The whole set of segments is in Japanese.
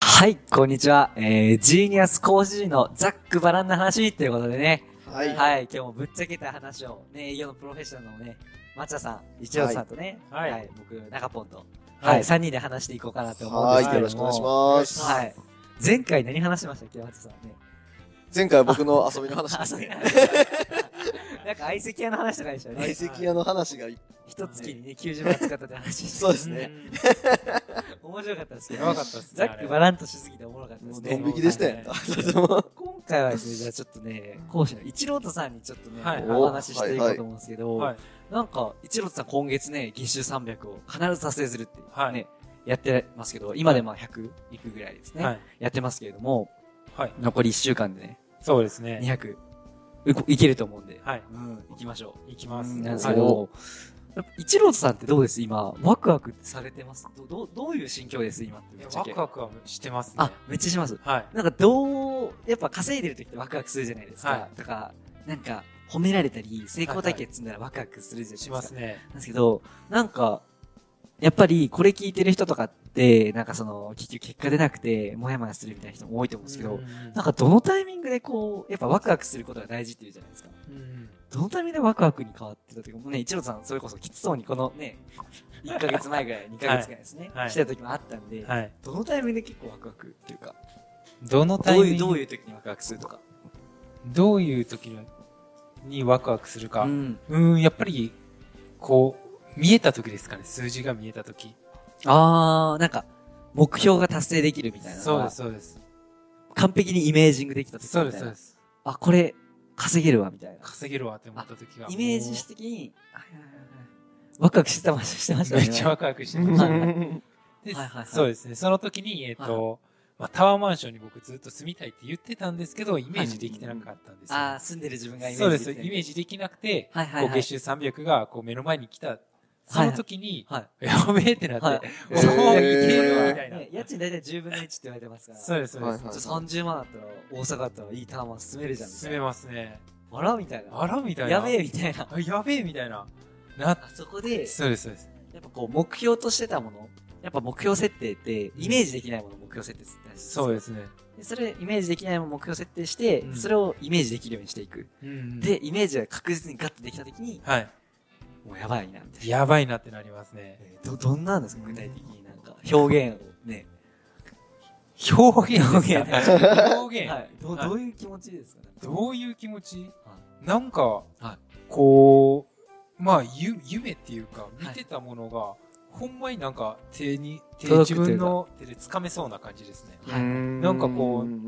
はい、こんにちは。えー、ジーニアス工事時のザックバランな話ということでね。ははい、い。今日もぶっちゃけた話を、ね、営業のプロフェッショナルのね、マチャさん、一郎さんとね、はい僕、中ポンと、ははいい、3人で話していこうかなと思うんはでいすはけい。れよろどしくも。お願いします。はい。前回何話しましたっけ、マチャさん ね。前回は僕の 遊びの話ですね。なんか相席屋の話とかでしたよね相。席屋の話がいっ一月にね、90万使ったって話してそうですね。面白かったですけやどば。かったっすね。ザックバラランとしすぎておもろかったですドねン。引きでしたよ。今回は ですね、じゃあちょっとね、講師の一郎とさんにちょっとね、はいお話ししていこうと思うんですけど、はい。なんか、一郎とさん今月ね、月収300を必ず達成するって、ね、はいやってますけど、今でまあ100いくぐらいですね、はい。やってますけれども、はい。残り1週間でね、そうですね。 200うこいけると思うんで、はい。うん、行きましょいきまう。す。なんですはけいど、やっぱ一郎とさんってどうです今、ワクワクされてますどどうどういう心境です今っていぶやっちゃワけクワクはしてますねあ。、めっちゃします。はい。なんかどう、やっぱ稼いでる時ってワクワクするじゃないですか。はとか、なんか褒められたり、成功体験積んだらワクワクするじゃないですしか。ますね。なんですけど、なんか、やっぱりこれ聞いてる人とかって、なんかその、結局結果出なくて、もやもやするみたいな人も多いと思うんですけど、うんなんかどのタイミングでこう、やっぱワクワクすることが大事っていうじゃないですか。うんどのタイミングでワクワクに変わってた時もうね、一郎さんそれこそきつそうにこのね、1ヶ月前ぐらい、2ヶ月ぐらいですね、はいはいしてた時もあったんで、はい。どのタイミングで結構ワクワクっていうか、どのタどイうミいう、ングどういう時にワクワクするとか。どういう時にワクワクするかう。ん。うん、やっぱり、こう、見えた時ですかね。数字が見えた時。あー、なんか、目標が達成できるみたいな。そうです、。そうです。完璧にイメージングできた時みたそいうな。です、そうです。あ、これ、稼げるわ、みたいな。稼げるわって思った時が。イメージして的に、はいはいはいはいワクワクしてました、してましたもうね。めっちゃワクワクしてた。ましたね。ではいはいはいそうですね。その時に、えっ、と、まあ、タワーマンションに僕ずっと住みたいって言ってたんですけど、イメージできてなかったんですよ。あー、住んでる自分がイメージそうです。イきないメージできなくて、はいはいこうはい月。収300がこう目の前に来た、その時に、はい。 やべえってなって、はいおー、へーいけるわ、み たいな。ね家賃大体10分の1って言われてますから。そううです、そうです。はいちょ30万あったら、大阪だったらいいタワーマン住めるじゃん。みた進いなめますね。あらみたいな。あら、みたいな。やべえ、みたいな。あやべえ、みたいな。な、あそこで、そうです、そうです。やっぱこう、目標としてたもの、やっぱ目標設定って、イメージできないものを目標設定するって大事そうでですね。す。でそれ、イメージできないものを目標設定して、うんそれをイメージできるようにしていく。うんで、、イメージが確実にガッとできたときに、はい。もうやばいな、みたいな。やばいなってなりますね。えーど、どんなんですか具体的になんか、表現をね。表現表 現でねすか。表現。はい。ど、はいどういう気持ちですかねどういう気持ちはなんか、はこう、まあ、ゆ、夢っていうか、い見てたものが、ほんまになんか手に、手届自くというか分の手で掴めそうな感じですね。はいなんかこうう、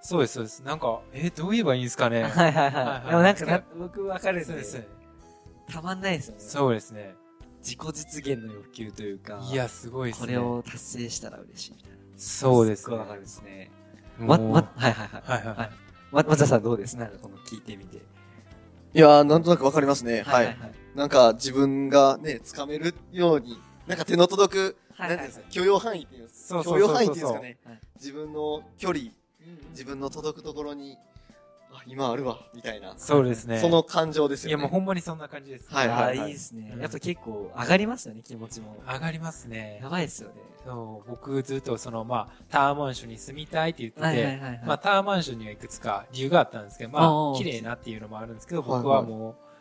そうです、そうです。なんか、えーどう言えばいいんですかね。はいはいはいは。はいいでもなんかは、ない僕わかるんそうでですすよ。。たまんないですよね。そうですね。自己実現の欲求というか、いや、すごいですね。これを達成したら嬉しいみたいな。そうですっごねい。わかるですね。もうわ、わ、はいはいはい。はいはいはい。わ、松田さんどうですなんかこの聞いてみて。いやー、なんとなくわかりますね。はい。はい。なんか自分がね、掴めるように、なんか手の届く、はないんはいはいていうんですか、許容範囲っていうんですそか。うそ許う容そう範囲そっうていうんですそかう。ねはい。自分の距離、自分の届くところに、あ、今あるわ、みたいな。そうですね。その感情ですいよや、もうね。ほんまにそんな感じです。はいああはいー、はいいいですねう。んやっぱ結構上がりますよね、気持ちも。上がりますねや。ばいですよね。そう、僕ずっとその、まあ、タワーマンションに住みたいって言ってはいはいて、はいはい。まあ、タワーマンションにはいくつか理由があったんですけど、おまーあ、綺麗なっていうのもあるんですけど、はいはい僕はもう、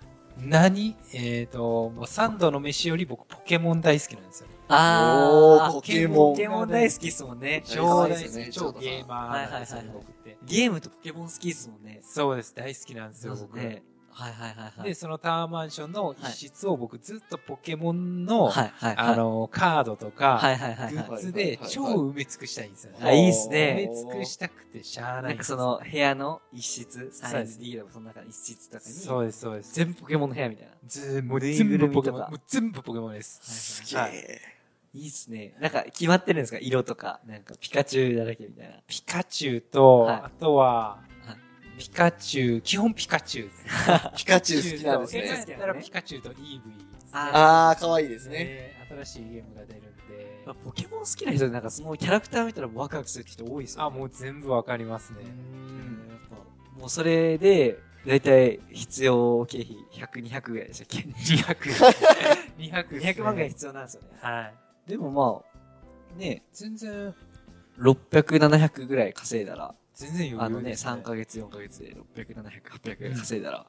何えっ、と、もう3度の飯より僕ポケモン大好きなんですよ。おあーー、ポケモンポケモン大好きですもんね。超超大大好好き、き超ゲーマーなんですよはいねはいはいはい僕って。ゲームとポケモン好きですもんね。そうです、大好きなんですよ、そう僕。ですね。はいはいはいはい。で、そのタワーマンションの一室を僕ずっとポケモンの、はいはいはい。あ、の、カードとか、はいはいはいグはッい。ズはいはでいはい超埋め尽くしたいんですよね。あいいっすね埋め尽くしたくてしゃあなないんでかすその部屋の一室、す 3SD でもその中の一室とかに、そうです、そうです。全部ポケモンの部屋みたいな。ずもうぬい全ぐる部みとかポケモン。もう全部ポケモンです。すげはいえ。いいっすね。なんか決まってるんですか色とか。なんかピカチュウだらけみたいな。ピカチュウと、はいあとはは、ピカチュウ、基本ピカチュウですね。ピカチュウ好きなんですピカね。チュウだったらピカチュウとイーブイですね。ああー、可愛いですね。ね新しいゲームが出るんでまあ。ポケモン好きな人でなんかそのキャラクター見たらワクワクする人多いですよ、ね。あ、もう全部わかりますね。うん。やっぱ、もうそれで、だいたい必要経費100、200ぐらいでしたっけ200。200っすね。 ?200 万ぐらい必要なんですよね。はい。でもまあ、ね全然、 600、700ぐらい稼いだら、全然あ余の裕ね、です、 3ヶ月、4ヶ月で600、700、800稼いだら、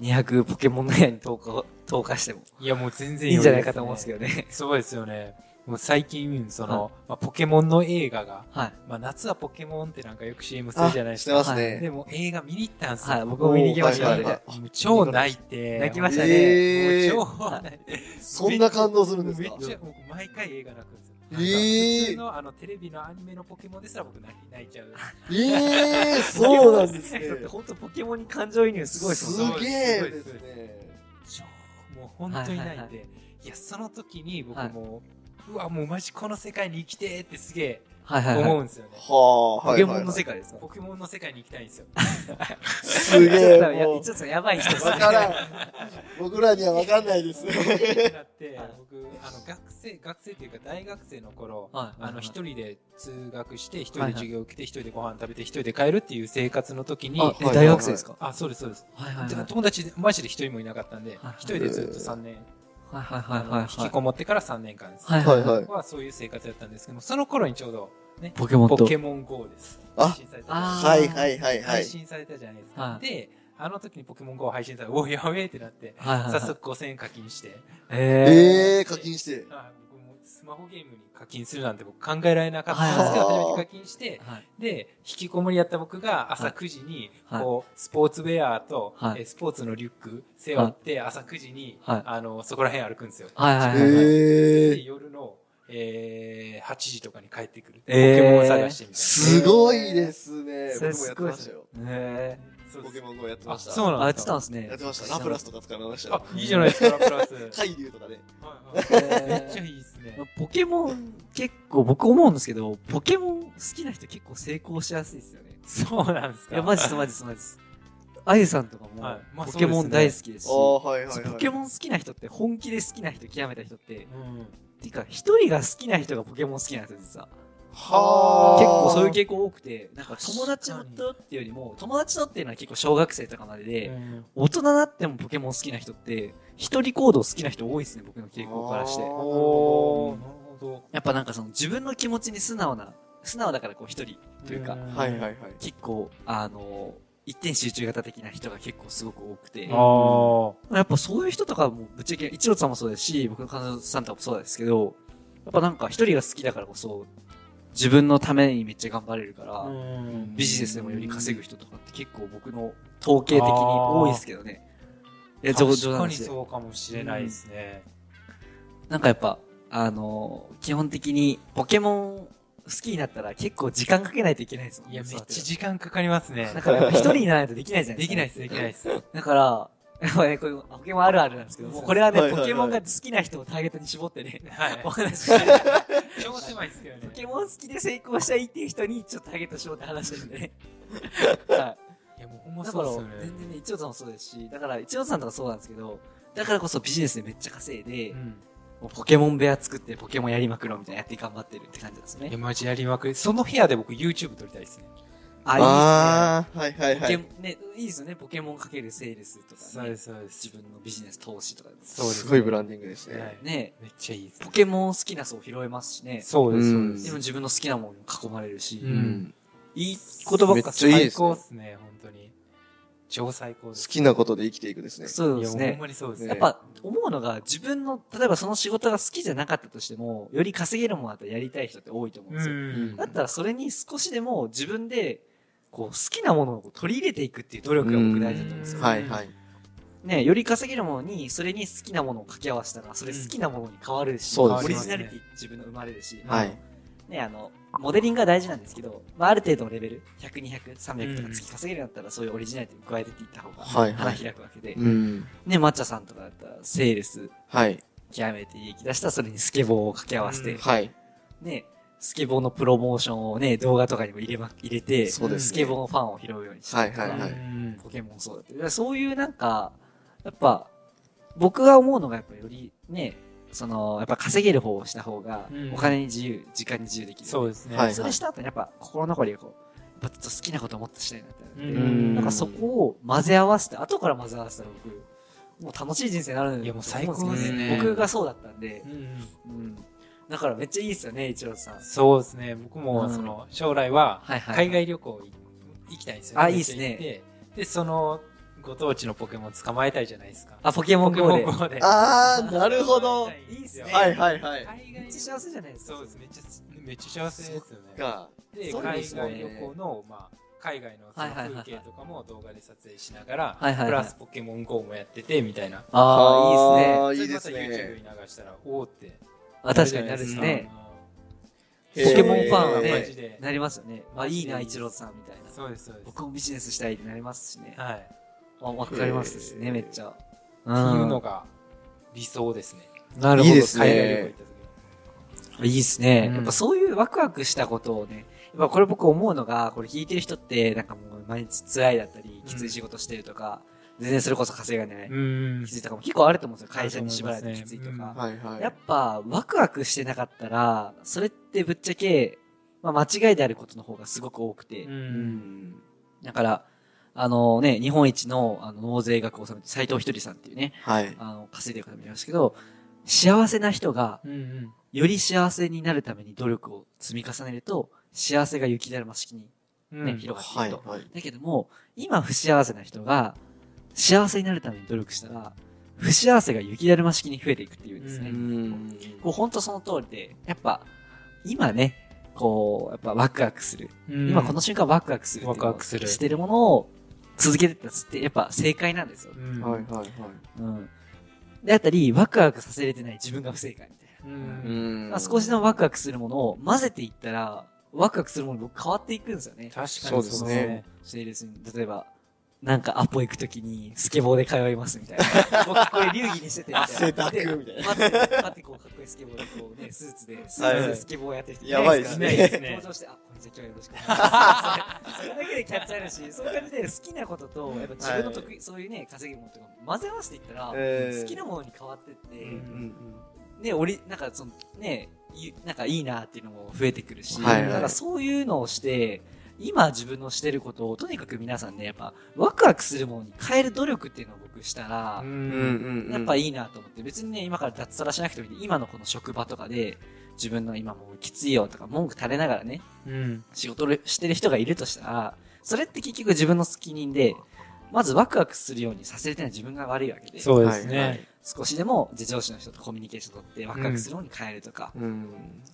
200ポケモンの部屋に投下、投下してもいや、もう全然余い裕です、いんじゃないかと思うんですけどね。そうですよね。もう最近、その、はいまあ、ポケモンの映画が、はい。まあ、夏はポケモンってなんかよく CM するじゃないですあかして。ますね。でも映画見に行ったんですよ。はい、僕も見に行きましたおーはいよ、はいねは。もう超泣いて。泣きましたね。ええもうー、超泣いて。そんな感動するんですかめっちゃ、僕毎回映画泣くんですよ。ええー普通のあのテレビのアニメのポケモンですら僕泣いちゃう。ええー、そうなんです ね。本当ポケモンに感情移入すごいですすもんね。げえですね。超もう本当に泣いて、はいいはいやその時に僕はいもう、うわもうマジこの世界に生きてーってすげえはいはい、思はうい。んですよね、はあ、ポはいケはモいンはの世い。界ですかポケモンの世界に行きたいんですよすだげからえ、やもうち。ょっとやばい人ですわね。からん。僕らにはわかんない です。だってはい僕あの学生学生っていうか大学生の頃はいあの一人で通学して一人はいはでい授業受けて一人でご飯食べて一人で帰るっていう生活の時にあ、はいえ大学生ですかあそうですそうです、はいはいはい。てか友達マジで一人もいなかったんではい一人でずっと3年、はいはいあはいのはい。引きこもってから3年間です、はいははいいははいい。はそういう生活だったんですけどもその頃にちょうどポケモンポと。ケモン GO です。あ配信されたじゃないあはいはいはいは配い。信されたじゃないですはか。いで、あの時にポケモン GO を配信されたら、おいやべえってなって、はいはいはい。早速5000円課金して、えええー、課金して。あ僕もスマホゲームに課金するなんて僕考えられなかったんですけど、はい初めて課金してー。、はい。で、引きこもりやった僕が朝はい9時に、はいこう、スポーツウェアと、はいえスポーツのリュック背負って、朝9時に、はいあの、そこら辺歩くんですよ。はいはいはいはい。えで、えー、夜の、えー、8時とかに帰ってくる。ポえーケモンを探してみたいな。すごいですね。そ僕れもやすってごいまでしすねえたよ。。そうポですケモン GO やってあ、ました。そうー。あ、なんやっですてかたんですね。やってました。ラプラスとか使いましたあよ。、いいじゃないですか、ラプラス。海流とかね。めっちゃいいですね。ポケモン、結構僕思うんですけど、ポケモン好きな人結構成功しやすいですよね。そうなんですか。いや、マジですマジですマジです。あゆさんとかも、はいまあポケモン大好きですし、ああ、はいはいはい。ポケモン好きな人って、本気で好きな人、極めた人って、うん。ていうか、一人が好きな人がポケモン好きなんですよ、実は。はあ。結構そういう系。傾向多くて、なんか友達とっていうよりも、友達とっていうのは結構小学生とかまでで、大人になってもポケモン好きな人って、一人行動好きな人多いですね、僕の傾向からしてあ。ーおー、なるほど。やっぱなんかその自分の気持ちに素直な、素直だからこう一人というか、んはいはいはい。結構、あの、一点集中型的な人が結構すごく多くて、あー。やっぱそういう人とかもぶっちゃけ、一郎さんもそうですし、僕の彼女さんとかもそうですけど、やっぱなんか一人が好きだからこそ、自分のためにめっちゃ頑張れるから、うんビジネスでもより稼ぐ人とかって結構僕の統計的に多いですけどね。いや、冗確冗か談にですそうかもしれないですね。なんかやっぱ、あのー基本的にポケモン好きになったら結構時間かけないといけないですもんいや、めっちゃ育てる時間かかりますね。だからやっぱ一人にならないとできないじゃないでですきか。ないです、できないです。い。だから、 やっぱねこういうポケモンあるあるなんですけど、もうこれはね、はいはいはいポケモンが好きな人をターゲットに絞ってね、はいお。話ししてる超狭いですけどね ポ。ケモン好きで成功したいっていう人にちょっとターゲット絞って話してるんでね。はい。いや、もうほんまだそかうらですよね全。然ね、一応さんもそうですし、だから一応さんとかそうなんですけど、だからこそビジネスでめっちゃ稼いで、うんもうポケモン部屋作ってポケモンやりまくろうみたいなやって頑張ってるって感じなんですいねや、。マジやりまくり。その部屋で僕 YouTube 撮りたいですね。あ、ああ、はいはいいいですね。ポケはい。モンね、いいですよね。ポケモンかけるセールスとかそうねで。す、そうです。自分のビジネス投資とかねそうですすごいブランディングですはね。いね。めっちゃいいですポ。ケモン好きな層拾えますしね。そうです、そううんでですも。自分の好きなものに囲まれるし、うんいいことばっかめっちゃいいで最すね高っすね、本当に。超最高好です。きなことで生きていくですね。そうですいや、もねうほん。まにそうですね。やっぱ思うのが自分の、例えばその仕事が好きじゃなかったとしても、より稼げるものだったらやりたい人って多いと思うんうですよ。ん。だったらそれに少しでも自分で、こう好きなものをこう取り入れていくっていう努力が僕大事だと思うんですよ。はいはい。ね、より稼げるものに、それに好きなものを掛け合わせたら、それ好きなものに変わるし、うんそうですオねリジナリティ自分の生まれるし、はい。ね、あの、モデリングが大事なんですけど、まあ、ある程度のレベル、100、200、300とか月稼げるようになったら、そういうオリジナリティを加えていった方が、はいは花い開くわけで、うん。ね、抹茶さんとかだったら、セールス、はい。極めて利益出したら、それにスケボーを掛け合わせて、うんはい。ね、スケボーのプロモーションをね、動画とかにも入れま、入れて、そうですスね。ケボーのファンを拾うようにして、はいはいはいうんポケモンもそうだって。だからそういうなんか、やっぱ、僕が思うのがやっぱよりね、その、やっぱ稼げる方をした方がうん、お金に自由、時間に自由できる。そうですね。はいそれした後にやっぱ心残りがこう、やっぱちょっと好きなことをもっとしたいなってなって、うんなんかそこを混ぜ合わせて、後から混ぜ合わせたら僕、もう楽しい人生になるんだと思うんいやもう最高ですね僕がそうだったんでう、んうんうん。だからめっちゃいいですよね、一郎さん。そうですね。僕うも、んその、将来は、はいはい。海外旅行い行きたいんですよ、あいいですねめっちゃ行って。で、その、ご当地のポケモン捕まえたいじゃないですか。あ、ポケモポンケ GO モでン。GO で。あー、なるほど。捕はまいえたいんですよいいっすねはいはい。海めっ外ちゃ幸せじゃないですか。そうです。めっちゃ、めっちゃ幸せですよね。が、でそうで海すよね外旅行の、まあ、海外のその風景とかも動画で撮影しながら、はいはいはいプラスポケモン GO もやってて、みたいな。ああ、いいですね。あーいいそれでますた YouTube ね。に流したら、おーって。あ、確かになるですね。ポケモンファンはねマジでなりますよね。まあいいな、マジでいい一郎さんみたいな。そうです、そうです。僕もビジネスしたいってなりますしね。はい。っあ、わかりますですね、へーめっちゃ。うていうのん。が理想ですね。なるいほいでど。すね海外旅行行った時に。いいですね。うんやっぱそういうワクワクしたことをね、やっぱこれ僕思うのが、これ弾いてる人って、なんかもう毎日辛いだったり、きつい仕事してるとか、全然それこそ稼がない、うんきついとかも結構あると思うんですよ。会社に縛られてきついとあると思いますか。はいはい。やっぱワクワクしてなかったら、それってぶっちゃけ、まあ間違いであることの方がすごく多くて、う。ん。だから、あのね、日本一のあの納税額を納めて、斎藤ひとりさんっていうね、はい。あの、稼いでる方もいますけど、幸せな人が、うんうん。より幸せになるために努力を積み重ねると、幸せが雪だるま式にうんね、広がはっていいくと。はい。だけども、今不幸せな人が、幸せになるために努力したら、不幸せが雪だるま式に増えていくっていうんですね。ううん。こう、ほんとその通りで、やっぱ、今ね、こう、やっぱワクワクする。うん今この瞬間ワクワクするっていうのをワクワクするしてるものを続けてったつって、やっぱ正解なんですよ。うんはいはいはい。うん。であったり、ワクワクさせれてない自分が不正解みたいな。ううんんまあ、少しでもワクワクするものを混ぜていったら、ワクワクするものに変わっていくんですよね確。かにそうですねセールスに、例えば、なんかアポ行くときにスケボーで通いますみたい な。僕これ流儀にしててみたいな。汗だくでみたいな待って、待ってこうかっこいいスケボーでこうね、スーツで、スーツでスケボーやってる人やばいでなすからね。登場して、あ、こんにちは、今日はよろしくお願いします。それだけでキャッチャーるし、そういう感じで好きなことと、やっぱ自分の得意、そういうね、稼ぐものとかも混ぜ合わせていったら、えー好きなものに変わってって、うんうんね、おり、なんかその、ね、いなんかいいなっていうのも増えてくるし、はいはいなんかそういうのをして、今自分のしてることを、とにかく皆さんね、やっぱ、ワクワクするものに変える努力っていうのを僕したらう、うん。うんんうん。やっぱいいなと思って、別にね、今から脱サラしなくてもいい。今のこの職場とかで、自分の今もうきついよとか文句垂れながらね、うん仕事をしてる人がいるとしたら、それって結局自分の責任で、まずワクワクするようにさせてない自分が悪いわけで、そうですね、はいはい少しでも自上司の人とコミュニケーション取ってワクワクするように変えるとか、うん。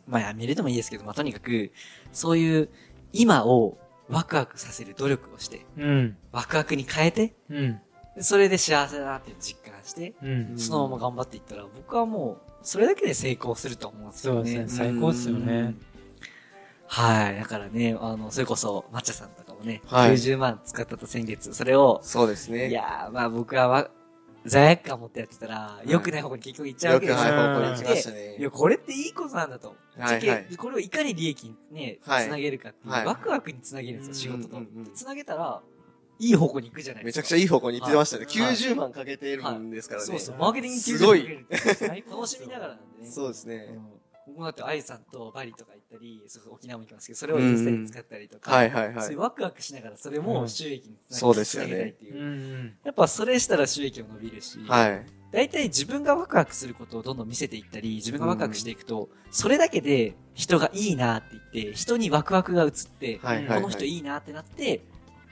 まあやめるでもいいですけど、まあとにかく、そういう今をワクワクさせる努力をして、うんワクワクに変えて、うんでそれで幸せだなっていうのを実感して、うんそのまま頑張っていったら、僕はもう、それだけで成功すると思うんですそよね。うですね最高ですようねんはい。だからね、あの、それこそ、抹茶さんとかもね、はい90万使ったと先月、それを、そうですね。いやー、まあ僕はわ、罪悪感持ってやってたら、い良くない方向に結局行っちゃうわよけくですはいよ。方向に行きましたいねや、。これっていいことなんだと。はいじゃけはいこれをいかに利益にね、はいつなげるかっていう、はいワクワクにつなげるんですよ、うん仕事とうんうんうん。つなげたら、いい方向に行くじゃないでめすちか。ゃくちゃいい方向に行ってましたね。はい90万かけてるんですからね。そうそう、マーケティングすごい90最高楽っすしよみながらなんでね。そうですうねん。。僕もだって、あゆさんとバリとか行ったり、そうそう沖縄も行きますけど、それをインスタに使ったりとか、はいはいそうはいうい。ワクワクしながら、それうもん収益につそなうげ,、ですよねげたいっていうう。んやっぱそれしたら収益も伸びるし、はい。大体自分がワクワクすることをどんどん見せていったり、自分がワクワクしていくと、それだけで人がいいなって言って、人にワクワクが移って、はいはいはい。この人いいなってなって、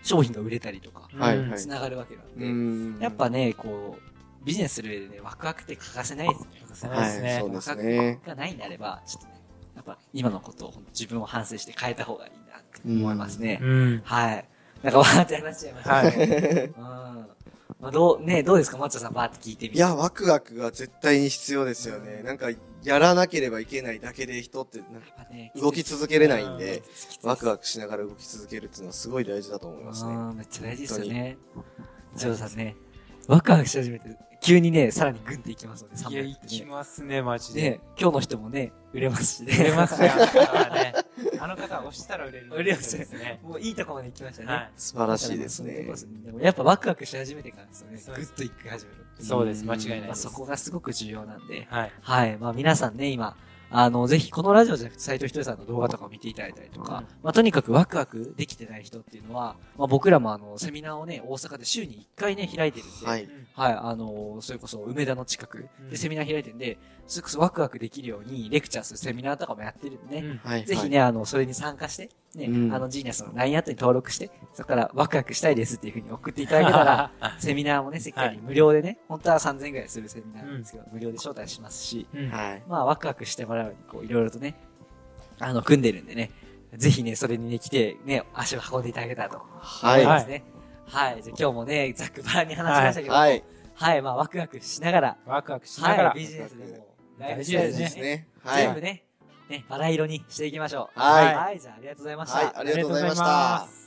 商品が売れたりとか、うんはいはいつながるわけなんで、うん。やっぱね、こう、ビジネスする上でね、ワクワクって欠かせないですね。そうはでい、すねそうですね。がないんであれば、ちょっとね、やっぱ今のことをほんと自分を反省して変えた方がいいなって思いますね。うんはい。なんかわーって話しちゃいましたけど。い。うん。まあどう、ねどうですかマッチョさんバーって聞いてみて。や、ワクワクが絶対に必要ですよね。なんか、やらなければいけないだけで人って、なんかやっぱね動き続けれないんうでん、ワクワクしながら動き続けるっていうのはすごい大事だと思いますね。うんめっちゃ大事ですよね。ジョーさんね、ワクワクし始めて、急にね、さらにグンっていきますので、3いや本行ってきね。ますねマジでね、今日の人もね、売れますしね。売れますねあの方はねあの方は押したら売れる売れますでねすねもういいとこまで行きましたね。は素晴らしいですだからねもう。それこそでもやっぱワクワクし始めてからですよね。そうグですッと行き始めるっていいねそうです間違いないまであ、すそこがすごく重要なんで、はいはい。まあ皆さんね、今、あの、ぜひこのラジオじゃなくて斎藤ひとりさんの動画とかを見ていただいたりとか、まあ、とにかくワクワクできてない人っていうのは、まあ、僕らもあの、セミナーをね、大阪で週に1回ね、開いてるんで、はい。はい、あのーそれこそ梅田の近くうんでセミナー開いてるんで、それこそワクワクできるようにレクチャーするセミナーとかもやってるんでね、んはい。ぜひね、あの、それに参加して、ね、うんあのジーニアスの LINE アットに登録して、そこからワクワクしたいですっていうふうに送っていただけ たら、 セミナーもね、せっかく無料でね、本当は3000円ぐらいするセミナーなんですけど、無料で招待しますし、うんはい。はい。まあ、ワクワクしてもらうように、こう、いろいろとね、あの、組んでるんでね、ぜひね、それにね、来て、ね、足を運んでいただけたらとは思い。いはまい。すね。はい、じゃあ今日もね、ざっくばらんに話しましたけど、はい、はい。まあ、ワクワクしながら、ワクワクしながら、はい、ビジネスでも、大事大で事ですね。は全部い。ね、ね、バラ色にしていきましょう。はいはい、じゃあありがとうございました。はい。ありがとうございましありがとうござたいま。す